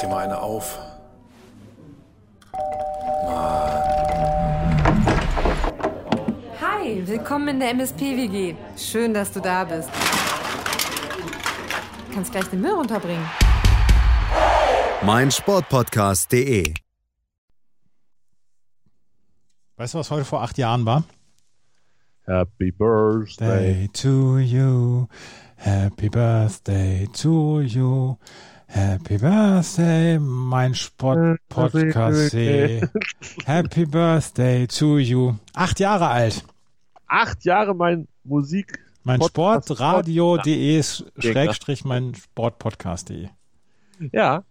dir mal eine auf. Hi, willkommen in der MSP-WG. Schön, dass du da bist. Du kannst gleich den Müll runterbringen. mein Sportpodcast.de. Weißt du, was heute vor acht Jahren war? Happy Birthday Birthday. to you. Happy Birthday to you. Happy Birthday, mein Sport-Podcast. Happy Birthday to you. Acht Jahre alt. Acht Jahre mein Musik. Mein Podcast- Sportradio.de ist Schrägstrich mein Sportpodcast.de. Ja.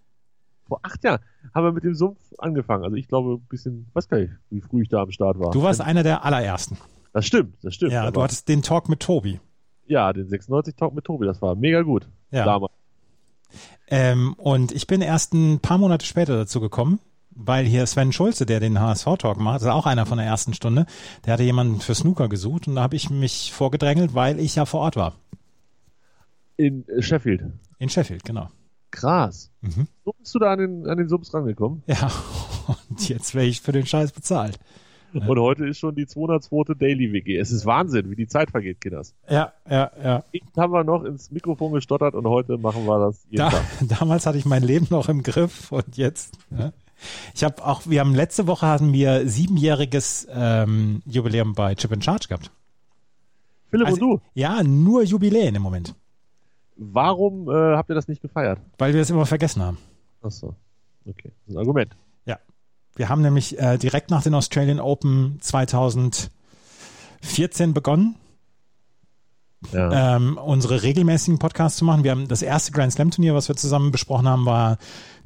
Vor acht Jahren haben wir mit dem Sumpf angefangen. Also ich glaube ein bisschen, weiß gar nicht, wie früh ich da am Start war. Du warst einer der allerersten. Das stimmt, das stimmt. Ja, Aber- du hattest den Talk mit Tobi. ja, den 96 Talk mit Tobi, das war mega gut. Ja. Damals. Ähm, und ich bin erst ein paar Monate später dazu gekommen, weil hier Sven Schulze, der den HSV-Talk macht, das ist auch einer von der ersten Stunde, der hatte jemanden für Snooker gesucht und da habe ich mich vorgedrängelt, weil ich ja vor Ort war. In äh, Sheffield. In Sheffield, genau. Krass. Mhm. So bist du da an den, an den Sumps rangekommen. Ja, und jetzt wäre ich für den Scheiß bezahlt. Und heute ist schon die 202. Daily WG. Es ist Wahnsinn, wie die Zeit vergeht, Kinders. Ja, ja, ja. Eben haben wir noch ins Mikrofon gestottert und heute machen wir das jeden Da, Tag. damals hatte ich mein Leben noch im Griff und jetzt. Ja. Ich habe auch, wir haben letzte Woche hatten wir siebenjähriges ähm, Jubiläum bei Chip in Charge gehabt. Also, Philipp und du, Ja, nur Jubiläen im Moment, warum äh, habt ihr das nicht gefeiert? weil wir es immer vergessen haben. Achso. Okay. Das ist ein Argument. Wir haben nämlich äh, direkt nach den Australian Open 2014 begonnen, Ja. ähm, unsere regelmäßigen Podcasts zu machen. Wir haben das erste Grand Slam Turnier, was wir zusammen besprochen haben, war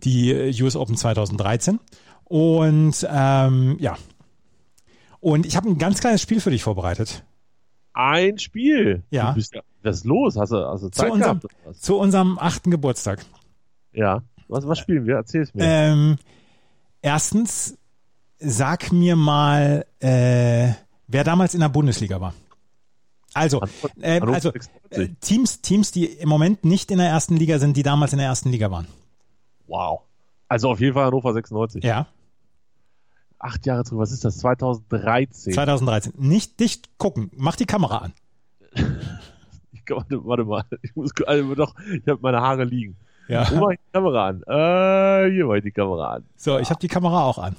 die äh, US Open 2013. Und ähm, ja. Und ich habe ein ganz kleines Spiel für dich vorbereitet. Ein Spiel. Ja. Du bist ja. Was ist los? Hast du, hast du Zeit unserem- gehabt? oder Was? Zu unserem achten Geburtstag. Ja. Was, Äh. was spielen wir? Erzähl's mir. Ähm, erstens, sag mir mal, äh, wer damals in der Bundesliga war. Also, Hannover- ähm, Hannover also 96. äh, Teams, Teams, die im Moment nicht in der ersten Liga sind, die damals in der ersten Liga waren. wow. Also auf jeden Fall Hannover 96. Ja, Acht Jahre zurück. Was ist das? 2013. 2013. Nicht dicht gucken. Mach die Kamera an. Ich, glaub, warte, warte mal. Ich muss also doch. Ich habe meine Haare liegen. Wo Ja. mache ich die Kamera an? Äh, hier mache ich die Kamera an. So, ich habe die Kamera auch an.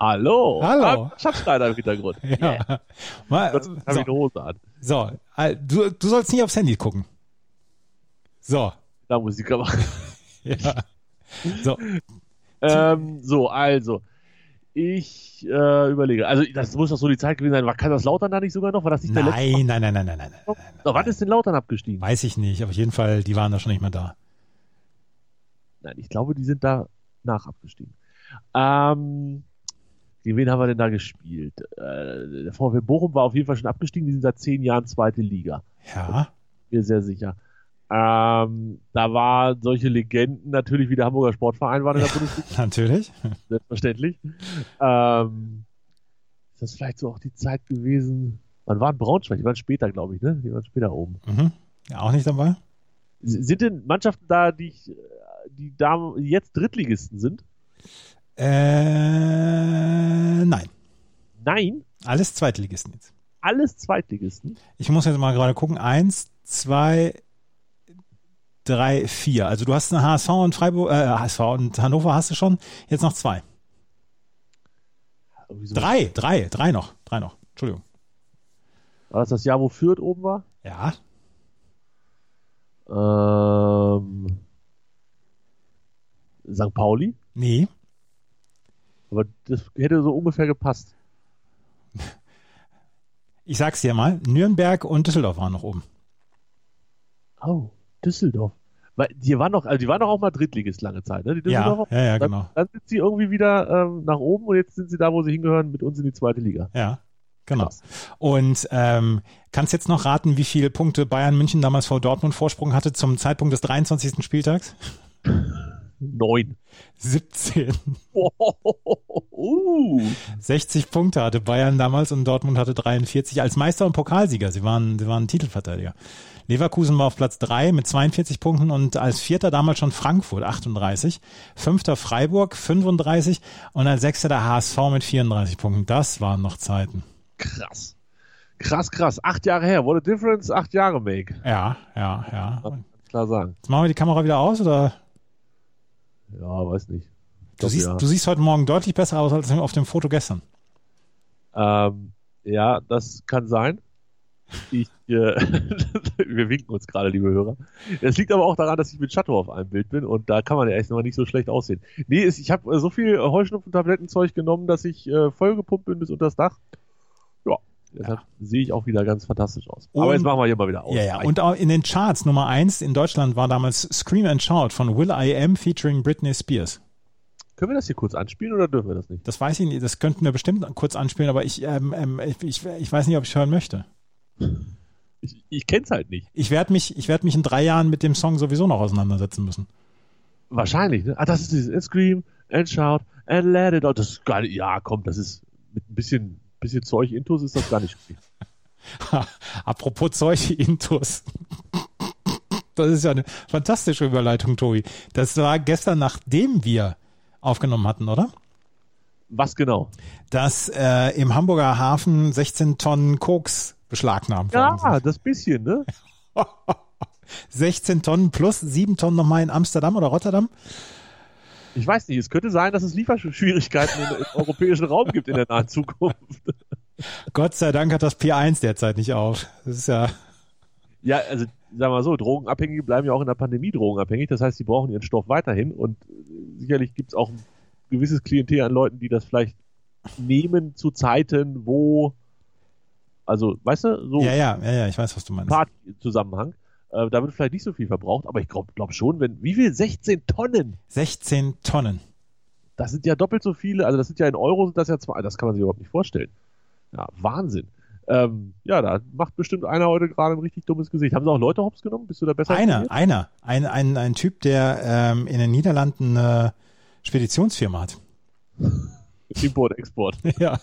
Hallo. Hallo. Ah, Schatzschneider im Hintergrund. Ja. Mal, Dazu habe ich eine so, Hose an. so. Äh, Du, du sollst nicht aufs Handy gucken. So. Da muss ich die Kamera. Ja. So. Ähm, so, also. Ich äh, überlege. Also, das muss doch so die Zeit gewesen sein. War, kann das Lautern da nicht sogar noch? War das nicht der letzte? Nein, nein, nein, nein, nein, nein. Na, wann ist denn Lautern abgestiegen? Weiß ich nicht. Auf jeden Fall, die waren da schon nicht mehr da. Nein, ich glaube, die sind da nach abgestiegen. Ähm, gegen wen haben wir denn da gespielt? Äh, der VfB Bochum war auf jeden Fall schon abgestiegen. Die sind seit zehn Jahren zweite Liga. Ja. Mir sehr sicher. Ähm, da waren solche Legenden natürlich wie der Hamburger Sportverein waren in der Bundesliga, Natürlich. selbstverständlich. Ähm, ist das vielleicht so auch die Zeit gewesen? Wann waren Braunschweig? Die waren später, glaube ich, ne? Die waren später oben. Mhm. Ja, Auch nicht dabei? S- Sind denn Mannschaften da, die, ich, äh, die da jetzt Drittligisten sind? Äh, nein. Nein, Alles Zweitligisten jetzt. alles Zweitligisten. Ich muss jetzt mal gerade gucken. Eins, zwei, drei, vier. Also du hast eine HSV und Freiburg, äh, HSV und Hannover hast du schon. Jetzt noch zwei. Irgendwie so- Drei, drei, drei noch. Drei noch. Entschuldigung. War das das Jahr, wo Fürth oben war? Ja. Ähm, St. Pauli? Nee. Aber das hätte so ungefähr gepasst. Ich sag's dir mal. Nürnberg und Düsseldorf waren noch oben. Oh, Düsseldorf. Weil die waren doch, also die waren doch auch mal Drittligist lange Zeit, ne? Die Ja, Düsseldorfer. ja, ja, Dann- genau. Dann sind sie irgendwie wieder ähm, nach oben und jetzt sind sie da, wo sie hingehören, mit uns in die zweite Liga. Ja, genau. Krass. Und ähm, kannst jetzt noch raten, wie viele Punkte Bayern München damals vor Dortmund Vorsprung hatte zum Zeitpunkt des 23. Spieltags? Neun. Oh, 17. Uh. 60 Punkte hatte Bayern damals und Dortmund hatte 43 als Meister und Pokalsieger. Sie waren, sie waren Titelverteidiger. Leverkusen war auf Platz 3 mit 42 Punkten und als Vierter damals schon Frankfurt 38, Fünfter Freiburg 35 und als Sechster der HSV mit 34 Punkten. Das waren noch Zeiten. Krass. Krass, krass. Acht Jahre her. What a difference. Acht Jahre, make. Ja, ja, ja. Und Kann ich klar sagen. Jetzt machen wir die Kamera wieder aus oder? Ja, weiß nicht. Ich Du glaub, siehst, ja. du siehst heute Morgen deutlich besser aus als auf dem Foto gestern. Ähm, ja, das kann sein. Ich, äh, wir winken uns gerade, liebe Hörer. Es liegt aber auch daran, dass ich mit Shadow auf einem Bild bin und da kann man ja echt noch nicht so schlecht aussehen. Nee, es, ich habe äh, so viel Heuschnupfen-Tablettenzeug genommen, dass ich äh, vollgepumpt bin bis unters Dach. Ja, deshalb sehe ich auch wieder ganz fantastisch aus. Und- aber jetzt machen wir hier mal wieder aus. Ja, ja. Und auch in den Charts Nummer eins in Deutschland war damals Scream and Shout von Will I Am featuring Britney Spears. Können wir das hier kurz anspielen oder dürfen wir das nicht? Das weiß ich nicht, das könnten wir bestimmt kurz anspielen, aber ich, ähm, ähm, ich, ich, ich weiß nicht, ob ich hören möchte. Ich, ich kenn's halt nicht. Ich werde mich, ich werd mich in drei Jahren mit dem Song sowieso noch auseinandersetzen müssen. Wahrscheinlich, ne? Ah, das ist dieses Scream and Shout and Let It Out. Das ist geil. Ja, komm, das ist mit ein bisschen, bisschen Zeug intus ist das gar nicht schlecht. Ha, apropos solche Intus. Das ist ja eine fantastische Überleitung, Tobi. Das war gestern, nachdem wir aufgenommen hatten, oder? Was genau? Dass äh, im Hamburger Hafen 16 Tonnen Koks beschlagnahmt worden sind. Ja, das bisschen, ne? 16 Tonnen plus 7 Tonnen nochmal in Amsterdam oder Rotterdam. Ich weiß nicht, es könnte sein, dass es Lieferschwierigkeiten im, im europäischen Raum gibt in der nahen Zukunft. Gott sei Dank hat das P1 derzeit nicht auf. Das ist ja, Ja, also sagen wir mal so, Drogenabhängige bleiben ja auch in der Pandemie drogenabhängig. Das heißt, sie brauchen ihren Stoff weiterhin und äh, sicherlich gibt es auch ein gewisses Klientel an Leuten, die das vielleicht nehmen zu Zeiten, wo, also, weißt du, so ja, ja, ja, ja, ich weiß, was du meinst. Party-Zusammenhang. Äh, da wird vielleicht nicht so viel verbraucht, aber ich glaube glaub schon, wenn, wie viel? 16 Tonnen! 16 Tonnen. Das sind ja doppelt so viele, also das sind ja in Euro, sind das ja zwei, das kann man sich überhaupt nicht vorstellen. Ja, Wahnsinn. Ähm, ja, da macht bestimmt einer heute gerade ein richtig dummes Gesicht. Haben sie auch Leute hops genommen? Bist du da besser? Einer, informiert? einer. Ein, ein, ein Typ, der ähm, in den Niederlanden eine Speditionsfirma hat. Import, Export. Ja.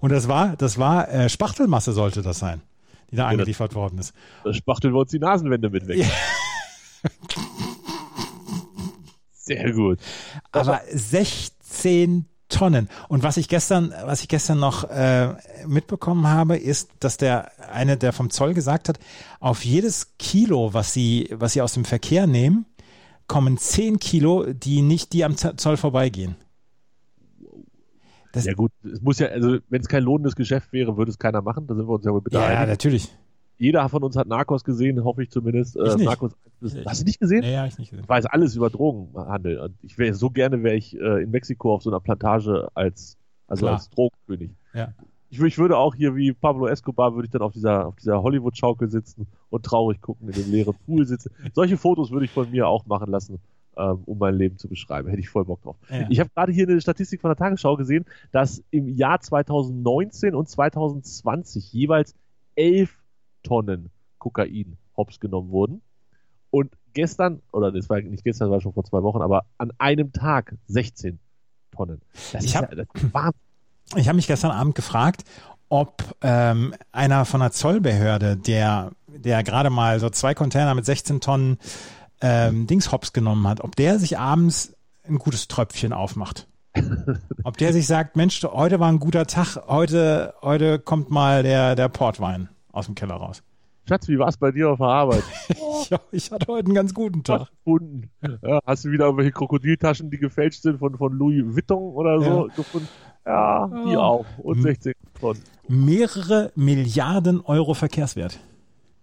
Und das war, das war äh, Spachtelmasse sollte das sein, die da angeliefert worden ist. Da spachteln wir uns die Nasenwände mit weg. Ja. Sehr gut. Aber 16 Tonnen. Und was ich gestern, was ich gestern noch äh, mitbekommen habe, ist, dass der eine, der vom Zoll gesagt hat, auf jedes Kilo, was sie, was sie aus dem Verkehr nehmen, kommen 10 Kilo, die nicht die am Z- Zoll vorbeigehen. Ja gut, es muss ja, also wenn es kein lohnendes Geschäft wäre, würde es keiner machen. Da sind wir uns ja wohl bitte einig. natürlich. Jeder von uns hat Narcos gesehen, hoffe ich zumindest. Äh, Ich nicht. Narcos, hast du nicht gesehen? Naja, ich nicht gesehen. Ich weiß alles über Drogenhandel. Und ich wäre so gerne, wäre ich äh, in Mexiko auf so einer Plantage als, also Klar. als Drogenkönig. Ja. Ich, wür- ich würde auch hier wie Pablo Escobar würde ich dann auf dieser, auf dieser Hollywood-Schaukel sitzen und traurig gucken, in dem leeren Pool sitzen. Solche Fotos würde ich von mir auch machen lassen, ähm, um mein Leben zu beschreiben. Hätte ich voll Bock drauf. Ja. Ich habe gerade hier eine Statistik von der Tagesschau gesehen, dass im Jahr 2019 und 2020 jeweils 11 Tonnen Kokain hops genommen wurden. Und gestern, oder das war nicht gestern, das war schon vor zwei Wochen, aber an einem Tag 16 Tonnen. Das Ich ist hab- ja, das ist Wahnsinn. Ich habe mich gestern Abend gefragt, ob ähm, einer von der Zollbehörde, der, der gerade mal so zwei Container mit 16 Tonnen ähm, Dings hops genommen hat, ob der sich abends ein gutes Tröpfchen aufmacht. Ob der sich sagt, Mensch, heute war ein guter Tag, heute, heute kommt mal der, der Portwein aus dem Keller raus. Schatz, wie war es bei dir auf der Arbeit? Ich, ich hatte heute einen ganz guten Tag. Gefunden. Ja, hast du wieder irgendwelche Krokodiltaschen, die gefälscht sind von, von Louis Vuitton oder so gefunden? Ja, die auch. Hm. Und 16 Tonnen. Mehrere Milliarden Euro Verkehrswert.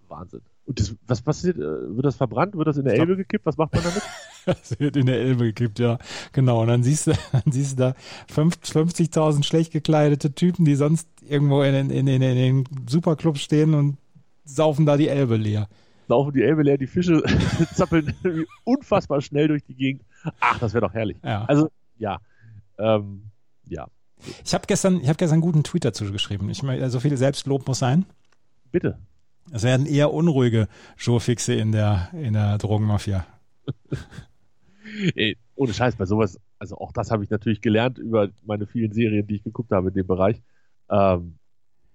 Wahnsinn. Und das, was passiert? äh, Wird das verbrannt? Wird das in der glaub- Elbe gekippt? Was macht man damit? Das wird in der Elbe gekippt, ja. Genau. Und dann siehst du, dann siehst du da fünf- 50.000 schlecht gekleidete Typen, die sonst irgendwo in, den- in, in, in den Superclubs stehen und saufen da die Elbe leer. Laufen die Elbe leer, die Fische zappeln irgendwie unfassbar schnell durch die Gegend. Ach, das wäre doch herrlich. Ja. Also, ja. Ähm, ja. Ich habe gestern, ich habe gestern einen guten Tweet dazu geschrieben. Ich meine, so viel Selbstlob muss sein. Bitte. Es werden eher unruhige Showfixe in der, in der Drogenmafia. Ey, ohne Scheiß, bei sowas, also auch das habe ich natürlich gelernt über meine vielen Serien, die ich geguckt habe in dem Bereich. Ähm,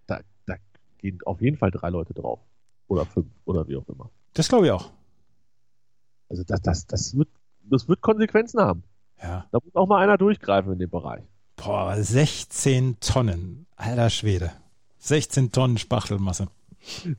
da, da gehen auf jeden Fall drei Leute drauf. Oder fünf, oder wie auch immer. Das glaube ich auch. Also das, das, das, wird, das wird Konsequenzen haben. Ja. Da muss auch mal einer durchgreifen in dem Bereich. Boah, 16 Tonnen. Alter Schwede. 16 Tonnen Spachtelmasse.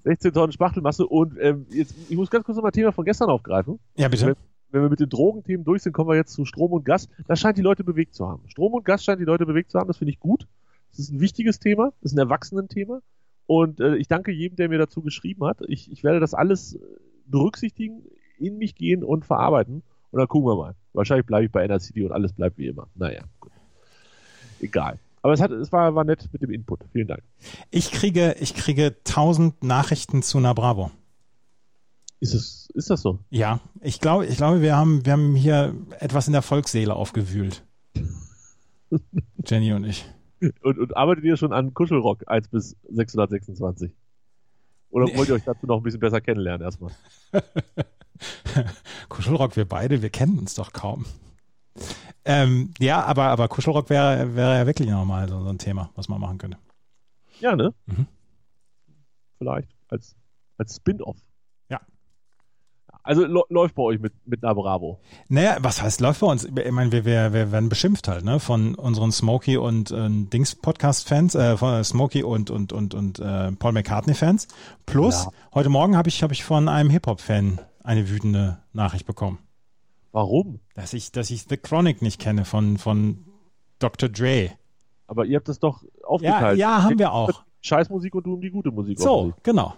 16 Tonnen Spachtelmasse und ähm, jetzt, ich muss ganz kurz noch mal ein Thema von gestern aufgreifen. Ja, bitte. Wenn wir mit den Drogenthemen durch sind, kommen wir jetzt zu Strom und Gas. Das scheint die Leute bewegt zu haben. Strom und Gas scheint die Leute bewegt zu haben, das finde ich gut. Das ist ein wichtiges Thema, das ist ein Erwachsenenthema. Und äh, ich danke jedem, der mir dazu geschrieben hat. Ich, ich werde das alles äh, berücksichtigen, in mich gehen und verarbeiten. Und dann gucken wir mal. Wahrscheinlich bleibe ich bei NRCD und alles bleibt wie immer. Naja, gut. Egal. Aber es, hat, es war, war nett mit dem Input. Vielen Dank. Ich kriege, ich kriege 1000 Nachrichten zu Na Bravo. Ist, es, ist das so? Ja, ich glaube, ich glaube, wir haben, wir haben hier etwas in der Volksseele aufgewühlt. Jenny und ich. Und, und arbeitet ihr schon an Kuschelrock 1 bis 626? Oder wollt ihr euch dazu noch ein bisschen besser kennenlernen erstmal? Kuschelrock, wir beide, wir kennen uns doch kaum. Ähm, ja, aber, aber Kuschelrock wäre, wäre ja wirklich nochmal so, so ein Thema, was man machen könnte. Ja, ne? Mhm. Vielleicht als, als Spin-off. Ja. Also lo- läuft bei euch mit, mit einer Bravo. Naja, was heißt läuft bei uns? Ich meine, wir, wir, wir werden beschimpft halt, ne? Von unseren Smokey und äh, Dings-Podcast-Fans, äh, von Smokey und, und, und, und äh, Paul McCartney-Fans. Plus, Ja. heute Morgen habe ich, hab ich von einem Hip-Hop-Fan eine wütende Nachricht bekommen. Warum? Dass ich, dass ich The Chronic nicht kenne von, von Dr. Dre. Aber ihr habt das doch Ja, aufgeteilt. ja, haben wir auch. Scheißmusik und du um die gute Musik. So, offensichtlich. genau.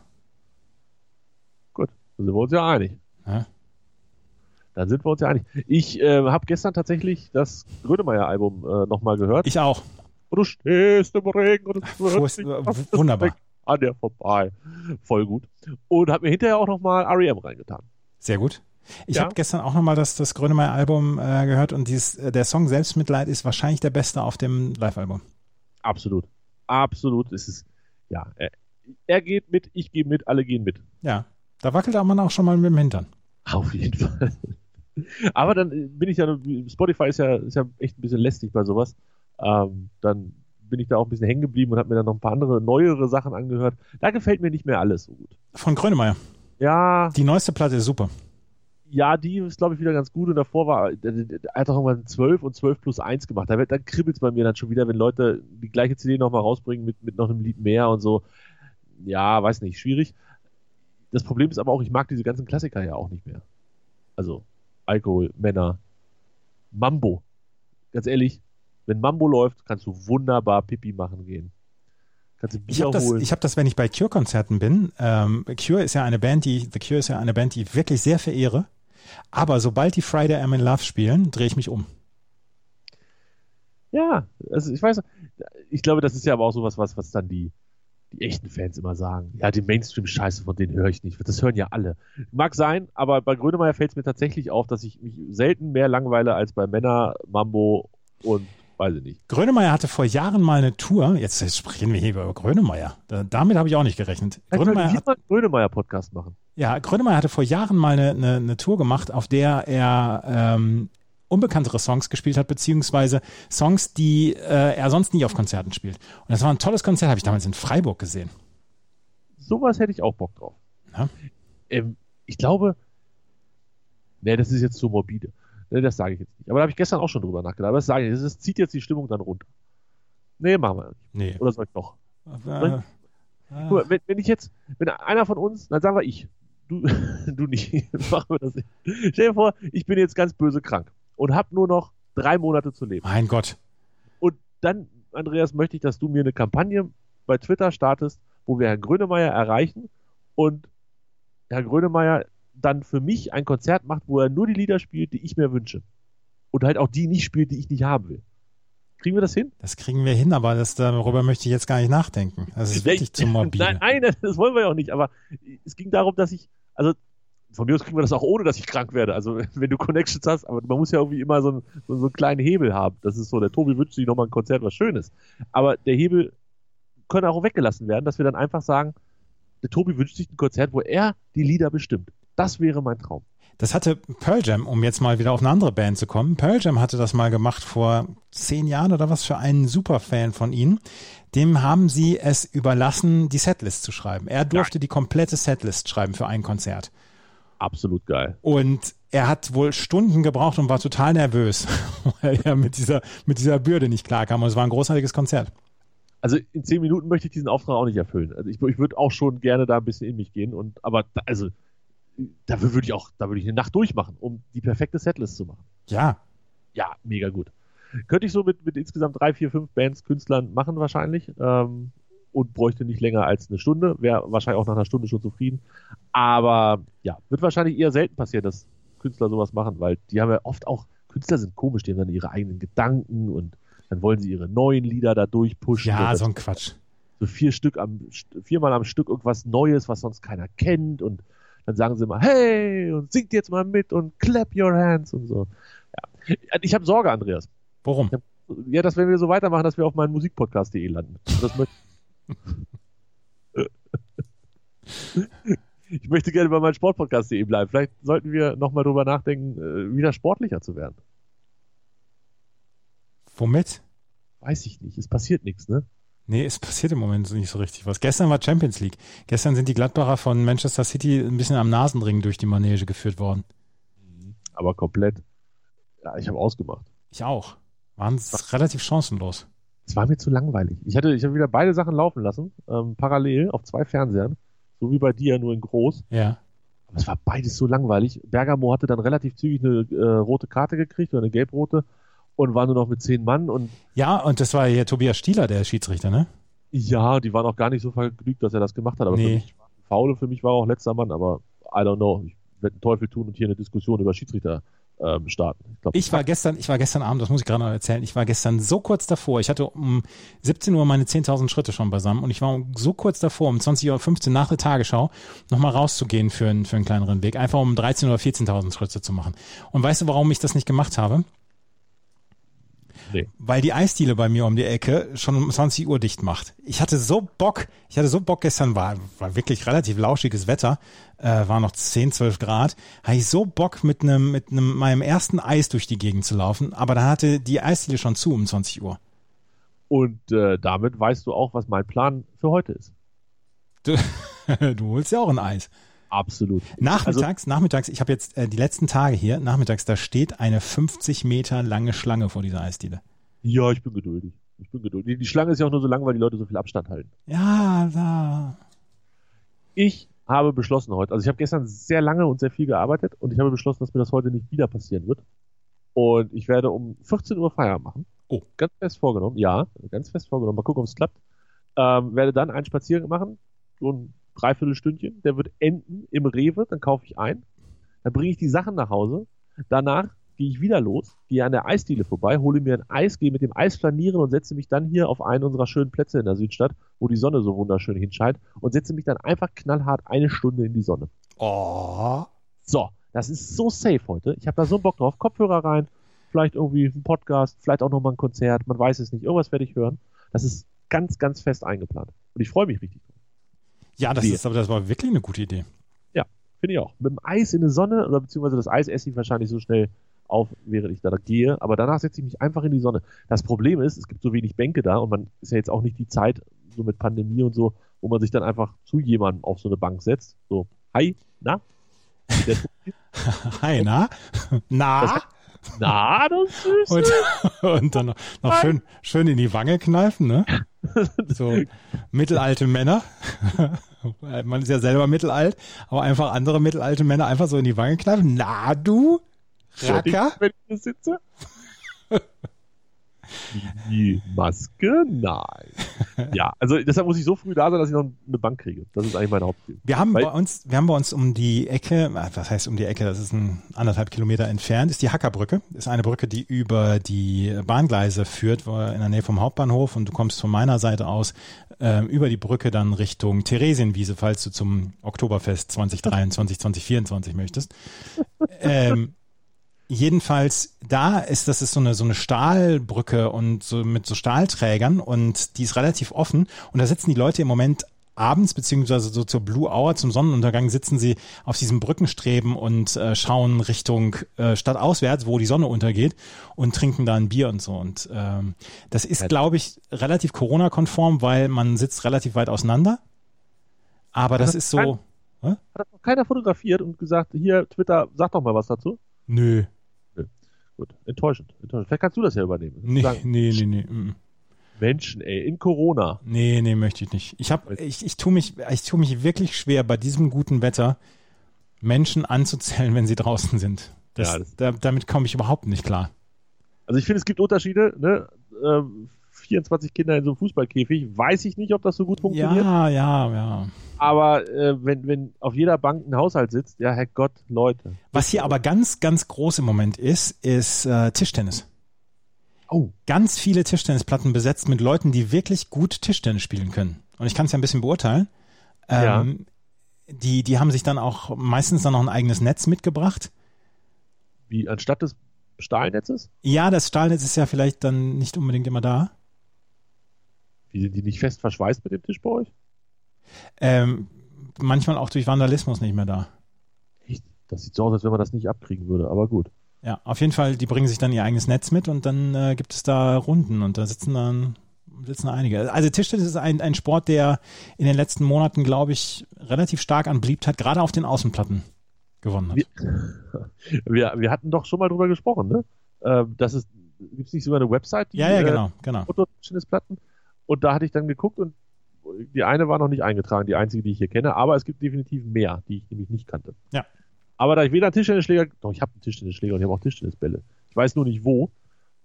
Gut, dann sind wir uns ja einig. Ja. Dann sind wir uns ja einig. Ich äh, habe gestern tatsächlich das Grönemeyer-Album äh, nochmal gehört. Ich auch. und du stehst im Regen und es Wo wird ist- nicht w- was wunderbar. an dir vorbei. Voll gut. Und habe mir hinterher auch nochmal REM E reingetan. Sehr gut. Ich Ja. habe gestern auch nochmal das, das Grönemeyer-Album äh, gehört und dieses, äh, der Song Selbstmitleid ist wahrscheinlich der beste auf dem Live-Album. Absolut. Absolut. Es ist, ja, er, er geht mit, ich gehe mit, alle gehen mit. Ja, da wackelt man auch schon mal mit dem Hintern. Auf jeden Fall. Aber dann äh, bin ich ja, Spotify ist ja, ist ja echt ein bisschen lästig bei sowas. Ähm, dann bin ich da auch ein bisschen hängen geblieben und habe mir dann noch ein paar andere, neuere Sachen angehört. Da gefällt mir nicht mehr alles so gut. Von Grönemeyer. Ja, Die neueste Platte ist super. ja, die ist, glaube ich, wieder ganz gut und davor war, äh, er hat auch irgendwann 12 und 12 plus 1 gemacht. Da, wird- da kribbelt es bei mir dann schon wieder, wenn Leute die gleiche CD nochmal rausbringen mit, mit noch einem Lied mehr und so. Ja, weiß nicht, schwierig. Das Problem ist aber auch, ich mag diese ganzen Klassiker ja auch nicht mehr. Also, Alkohol, Männer, Mambo. Ganz ehrlich, wenn Mambo läuft, kannst du wunderbar Pipi machen gehen. Kannst du Ich Bier habe das, holen. ich hab das, wenn ich bei Cure-Konzerten bin. Ähm, Cure ist ja eine Band, die The Cure ist ja eine Band, die ich wirklich sehr verehre. Aber sobald die Friday I'm in Love spielen, drehe ich mich um. Ja, also ich weiß, ich glaube, das ist ja aber auch sowas, was, was dann die, die echten Fans immer sagen. Ja, den Mainstream-Scheiße, von denen höre ich nicht. Das hören ja alle. Mag sein, aber bei Grönemeyer fällt es mir tatsächlich auf, dass ich mich selten mehr langweile als bei Männer, Mambo und weiß ich nicht. Grönemeyer hatte vor Jahren mal eine Tour. Jetzt, jetzt sprechen wir hier über Grönemeyer. Da, damit habe ich auch nicht gerechnet. Vielleicht Grönemeyer können hat wir mal einen Grönemeyer-Podcast machen. Ja, Grönemeyer hatte vor Jahren mal eine, eine, eine Tour gemacht, auf der er ähm, unbekanntere Songs gespielt hat, beziehungsweise Songs, die äh, er sonst nie auf Konzerten spielt. Und das war ein tolles Konzert, habe ich damals in Freiburg gesehen. Sowas hätte ich auch Bock drauf. Ja. Ähm, ich glaube, ne, das ist jetzt zu morbide. Ne, das sage ich jetzt nicht. Aber da habe ich gestern auch schon drüber nachgedacht. Aber das sage ich, nicht. das zieht jetzt die Stimmung dann runter. Nee, machen wir nicht. Nee. Oder soll ich doch? Äh, Guck äh, mal, wenn, wenn ich jetzt, wenn einer von uns, dann sagen wir ich, du, du nicht, machen wir das nicht. Stell dir vor, ich bin jetzt ganz böse krank und habe nur noch drei Monate zu leben. mein Gott. Und dann, Andreas, möchte ich, dass du mir eine Kampagne bei Twitter startest, wo wir Herrn Grönemeyer erreichen und Herr Grönemeyer dann für mich ein Konzert macht, wo er nur die Lieder spielt, die ich mir wünsche. Und halt auch die nicht spielt, die ich nicht haben will. Kriegen wir das hin? Das kriegen wir hin, aber das, darüber möchte ich jetzt gar nicht nachdenken. Das ist wirklich zu morbide. Nein, nein, das- das wollen wir ja auch nicht. Aber es ging darum, dass ich, also von mir aus kriegen wir das auch ohne, dass ich krank werde. Also wenn du Connections hast, aber man muss ja irgendwie immer so einen, so, so einen kleinen Hebel haben. Das ist so, der Tobi wünscht sich nochmal ein Konzert, was Schönes. Aber der Hebel kann auch weggelassen werden, dass wir dann einfach sagen, der Tobi wünscht sich ein Konzert, wo er die Lieder bestimmt. Das wäre mein Traum. Das hatte Pearl Jam, um jetzt mal wieder auf eine andere Band zu kommen. Pearl Jam hatte das mal gemacht vor zehn Jahren oder was für einen Superfan von ihnen. Dem haben sie es überlassen, die Setlist zu schreiben. Er durfte die komplette Setlist schreiben für ein Konzert. Absolut geil. Und er hat wohl Stunden gebraucht und war total nervös, weil er mit dieser, mit dieser Bürde nicht klarkam. Und es war ein großartiges Konzert. Also in zehn Minuten möchte ich diesen Auftrag auch nicht erfüllen. Also ich, ich würde auch schon gerne da ein bisschen in mich gehen und aber da, also da würde ich auch, da würde ich eine Nacht durchmachen, um die perfekte Setlist zu machen. Ja, Ja, mega gut. Könnte ich so mit, mit insgesamt drei, vier, fünf Bands, Künstlern machen wahrscheinlich ähm, und bräuchte nicht länger als eine Stunde. Wäre wahrscheinlich auch nach einer Stunde schon zufrieden. Aber ja, wird wahrscheinlich eher selten passieren, dass Künstler sowas machen, weil die haben ja oft auch, Künstler sind komisch, die haben dann ihre eigenen Gedanken und dann wollen sie ihre neuen Lieder da durchpushen. und ja, das so ein Quatsch. so vier Stück am viermal am Stück irgendwas Neues, was sonst keiner kennt und dann sagen sie mal hey und singt jetzt mal mit und clap your hands und so. Ja. Ich habe Sorge, Andreas. Warum? Ja, dass wenn wir so weitermachen, dass wir auf meinen Musikpodcast.de landen. Und Das möchte ich möchte gerne bei meinem Sportpodcast.de bleiben. Vielleicht sollten wir nochmal drüber nachdenken, äh, wieder sportlicher zu werden. Womit? Weiß ich nicht. Es passiert nichts, ne? Nee, es passiert im Moment nicht so richtig was. Gestern war Champions League. Gestern sind die Gladbacher von Manchester City ein bisschen am Nasenring durch die Manege geführt worden. Aber komplett. Ja, ich habe ausgemacht. Ich auch. Waren s- relativ chancenlos. Es war mir zu langweilig. Ich hatte, ich habe wieder beide Sachen laufen lassen, ähm, parallel auf zwei Fernsehern, so wie bei dir, nur in groß. Ja. Aber es war beides so langweilig. Bergamo hatte dann relativ zügig eine äh, rote Karte gekriegt oder eine gelbrote und war nur noch mit zehn Mann und Ja, und das war ja Tobias Stieler, der Schiedsrichter, ne? ja, die waren auch gar nicht so vergnügt, dass er das gemacht hat. Aber für Nee. mich war ein Faule, für mich war er auch letzter Mann, aber I don't know. Ich werde den Teufel tun und hier eine Diskussion über Schiedsrichter ähm, starten. Ich glaube, Ich war gestern, ich war gestern Abend, das muss ich gerade noch erzählen, ich war gestern so kurz davor, ich hatte um 17 Uhr meine 10.000 Schritte schon beisammen und ich war so kurz davor, um 20.15 Uhr nach der Tagesschau nochmal rauszugehen für einen, für einen kleineren Weg, einfach um 13.000 oder 14.000 Schritte zu machen. Und weißt du, warum ich das nicht gemacht habe? Nee. Weil die Eisdiele bei mir um die Ecke schon um 20 Uhr dicht macht. Ich hatte so Bock, ich hatte so Bock gestern, war, war wirklich relativ lauschiges Wetter, äh, war noch 10, 12 Grad, hatte ich so Bock mit einem, mit einem, meinem ersten Eis durch die Gegend zu laufen, aber da hatte die Eisdiele schon zu um 20 Uhr. und äh, damit weißt du auch, was mein Plan für heute ist. Du, du holst ja auch ein Eis. Absolut. Also Nachmittags, nachmittags, ich habe jetzt äh, die letzten Tage hier, nachmittags, da steht eine 50 Meter lange Schlange vor dieser Eisdiele. Ja, ich bin geduldig. Ich bin geduldig. Die- Die Schlange ist ja auch nur so lang, weil die Leute so viel Abstand halten. Ja, da. Ich habe beschlossen heute, also ich habe gestern sehr lange und sehr viel gearbeitet und ich habe beschlossen, dass mir das heute nicht wieder passieren wird. Und ich werde um 14 Uhr Feierabend machen. Oh. Ganz fest vorgenommen, ja, ganz fest vorgenommen. Mal gucken, ob es klappt. Ähm, werde dann einen Spaziergang machen, so ein Dreiviertelstündchen. Der wird enden im Rewe, dann kaufe ich ein. Dann bringe ich die Sachen nach Hause. Danach gehe ich wieder los, gehe an der Eisdiele vorbei, hole mir ein Eis, gehe mit dem Eis flanieren und setze mich dann hier auf einen unserer schönen Plätze in der Südstadt, wo die Sonne so wunderschön hinscheint und setze mich dann einfach knallhart eine Stunde in die Sonne. Oh. So, das ist so safe heute. Ich habe da so Bock drauf. Kopfhörer rein, vielleicht irgendwie einen Podcast, vielleicht auch nochmal ein Konzert, man weiß es nicht. Irgendwas werde ich hören. Das ist ganz, ganz fest eingeplant. Und ich freue mich richtig. Ja, das Wie? ist aber das war wirklich eine gute Idee. Finde ich auch. Mit dem Eis in der Sonne oder beziehungsweise das Eis esse ich wahrscheinlich so schnell auf, während ich da gehe. Aber danach setze ich mich einfach in die Sonne. Das Problem ist, es gibt so wenig Bänke da und man ist ja jetzt auch nicht die Zeit, so mit Pandemie und so, wo man sich dann einfach zu jemandem auf so eine Bank setzt. So, hi, na? Hi, na? Na? Na, du Süße? Und, und dann noch, noch schön, schön in die Wange kneifen, ne? So mittelalte Männer. Man ist ja selber mittelalt, aber einfach andere mittelalte Männer einfach so in die Wange kneifen. Na, du? Racker? Wenn ich hier sitze? Die Maske? Nein. Ja, also deshalb muss ich so früh da sein, dass ich noch eine Bank kriege. Das ist eigentlich mein Hauptziel. Wir haben Weil- bei uns, wir haben bei uns um die Ecke, ah, was heißt um die Ecke, das ist ein anderthalb Kilometer entfernt, ist die Hackerbrücke. Ist eine Brücke, die über die Bahngleise führt, wo- in der Nähe vom Hauptbahnhof und du kommst von meiner Seite aus ähm, über die Brücke dann Richtung Theresienwiese, falls du zum Oktoberfest 2023, 2024 möchtest. Ähm, Jedenfalls, da ist, das ist so eine, so eine Stahlbrücke und so mit so Stahlträgern und die ist relativ offen und da sitzen die Leute im Moment abends, beziehungsweise so zur Blue Hour, zum Sonnenuntergang, sitzen sie auf diesen Brückenstreben und äh, schauen Richtung äh, Stadt auswärts, wo die Sonne untergeht und trinken da ein Bier und so. Und ähm, das ist, glaube ich, relativ Corona-konform, weil man sitzt relativ weit auseinander. Aber das ist so. Hat das noch keiner fotografiert und gesagt, hier, Twitter, sag doch mal was dazu? Nö. Gut, enttäuschend. enttäuschend. Vielleicht kannst du das ja übernehmen. Nee, Sagen, nee, nee, nee. mm. Menschen, ey, in Corona. Nee, nee, möchte ich nicht. Ich habe ich, ich tue mich ich tue mich wirklich schwer bei diesem guten Wetter Menschen anzuzählen, wenn sie draußen sind. Das, Ja, das- da, damit komme ich überhaupt nicht klar. Also ich finde, es gibt Unterschiede, ne? Ähm, 24 Kinder in so einem Fußballkäfig, weiß ich nicht, ob das so gut funktioniert. Ja, ja, ja. Aber äh, wenn, wenn auf jeder Bank ein Haushalt sitzt, ja, Herrgott, Leute. Was hier aber ganz ganz groß im Moment ist, ist äh, Tischtennis. Oh, Ganz viele Tischtennisplatten besetzt mit Leuten, die wirklich gut Tischtennis spielen können. Und ich kann es ja ein bisschen beurteilen. Ähm, Die die haben sich dann auch meistens dann noch ein eigenes Netz mitgebracht. wie anstatt des Stahlnetzes? Ja, das Stahlnetz ist ja vielleicht dann nicht unbedingt immer da. Wie sind die nicht fest verschweißt mit dem Tisch bei euch? ähm, manchmal auch durch Vandalismus nicht mehr da. Echt? Das sieht so aus, als wenn man das nicht abkriegen würde, aber gut. Ja, auf jeden Fall, die bringen sich dann ihr eigenes Netz mit und dann äh, gibt es da Runden und da sitzen dann sitzen da einige. Also Tischtennis ist ein, ein Sport, der in den letzten Monaten, glaube ich, relativ stark an Beliebtheit, gerade auf den Außenplatten gewonnen hat. Wir- Wir, wir hatten doch schon mal drüber gesprochen, ne? Ähm, das ist, gibt es nicht sogar eine Website, die ja, ja, äh, genau, genau. Fototischtennisplatten? Und da hatte ich dann geguckt und die eine war noch nicht eingetragen, die einzige, die ich hier kenne, aber es gibt definitiv mehr, die ich nämlich nicht kannte. Ja. Aber da ich weder einen Tischtennisschläger, doch ich habe einen Tischtennisschläger und ich habe auch Tischtennisbälle. Ich weiß nur nicht wo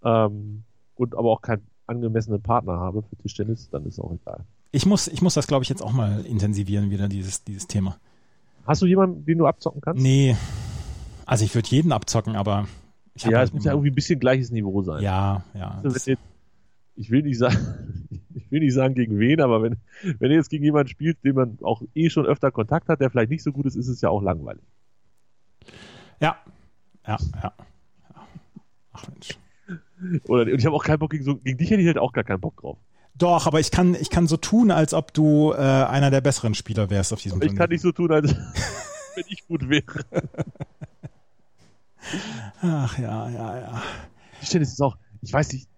ähm, und aber auch keinen angemessenen Partner habe für Tischtennis, dann ist auch egal. Ich muss, ich muss das, glaube ich, jetzt auch mal intensivieren, wieder dieses, dieses Thema. Hast du jemanden, den du abzocken kannst? Nee, also ich würde jeden abzocken, aber ich hab ja, halt es muss ja immer- irgendwie ein bisschen gleiches Niveau sein. ja, ja. Also, das- wenn ihr, ich will nicht sagen, ich will nicht sagen gegen wen, aber wenn, wenn ihr jetzt gegen jemanden spielt, den man auch eh schon öfter Kontakt hat, der vielleicht nicht so gut ist, ist es ja auch langweilig. Ja, ja, ja. Ach Mensch. Oder und ich habe auch keinen Bock gegen so, gegen dich hätte ich halt auch gar keinen Bock drauf. Doch, aber ich kann, ich kann so tun, als ob du äh, einer der besseren Spieler wärst auf diesem Ich kann nicht so tun, als wenn ich gut wäre. Ach ja, ja, ja. Tischtennis ist auch, ich weiß nicht,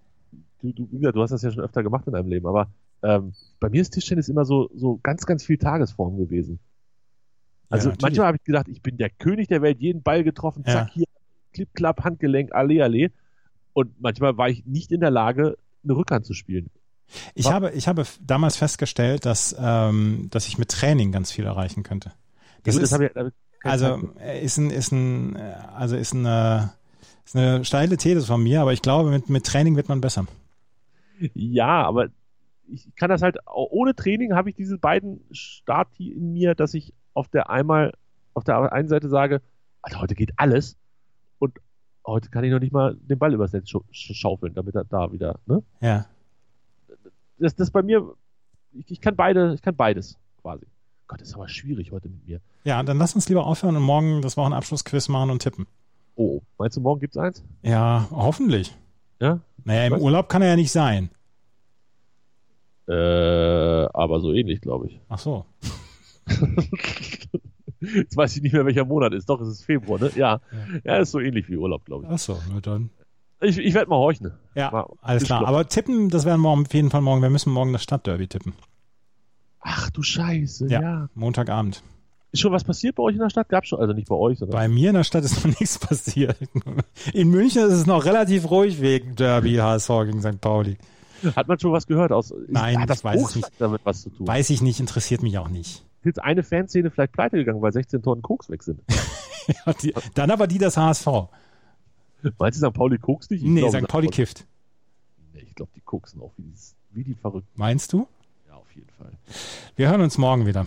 du, du, wie gesagt, du hast das ja schon öfter gemacht in deinem Leben, aber ähm, bei mir ist Tischtennis immer so, so ganz, ganz viel Tagesform gewesen. Also natürlich. manchmal habe ich gedacht, ich bin der König der Welt, jeden Ball getroffen, Ja. zack, hier, klipp, klapp, Handgelenk, alle, alle. Und manchmal war ich nicht in der Lage, eine Rückhand zu spielen. Ich habe, ich habe f- damals festgestellt, dass, ähm, dass ich mit Training ganz viel erreichen könnte. Das Gut, ist, habe Also, ich, damit keine Zeit für. also äh, ist ein, ist ein, äh, also ist eine, ist eine steile These von mir, aber ich glaube, mit, mit Training wird man besser. ja, aber ich kann das halt, auch ohne Training habe ich diese beiden Stati in mir, dass ich auf der einmal, auf der einen Seite sage, Alter, heute geht alles und heute kann ich noch nicht mal den Ball übers Netz schau- sch schaufeln, damit er da wieder, ne? Ja. das, das bei mir, ich, ich kann beide, ich kann beides quasi. Gott, das ist aber schwierig heute mit mir. Ja, dann lass uns lieber aufhören und morgen das Wochenabschlussquiz machen und tippen. Oh, meinst du, morgen gibt's eins? Ja, hoffentlich. Ja? Naja, im Was? Urlaub kann er ja nicht sein. Äh, aber so ähnlich, glaube ich. Ach so. Jetzt weiß ich nicht mehr, welcher Monat ist. Doch, es ist Februar, ne? Ja. Ja, ist so ähnlich wie Urlaub, glaube Ach so, na dann. ich. Ich, ich werde mal horchen. Ja, Mal alles klar. Tischklopfen. Aber tippen, das werden wir auf jeden Fall morgen. Wir müssen morgen das Stadtderby tippen. Ach du Scheiße, ja. Ja. Montagabend. Ist schon was passiert bei euch in der Stadt? Gab's schon, also nicht bei euch, sondern. Bei mir in der Stadt ist noch nichts passiert. In München ist es noch relativ ruhig wegen Derby HSV gegen St. Pauli. Hat man schon was gehört aus? ist- Nein, hat das ich weiß es Hochstadt nicht. damit was zu tun? Weiß ich nicht, interessiert mich auch nicht. Ist jetzt eine Fanszene vielleicht pleite gegangen, weil 16 Tonnen Koks weg sind? Ja, die, dann aber die das HSV. Meinst du St. Pauli Koks nicht? Ich Nee, glaube, St. Pauli kifft. Nee, ich glaube, die koksen auch wie, dieses, wie die Verrückten. Meinst du? Ja, auf jeden Fall. Wir hören uns morgen wieder.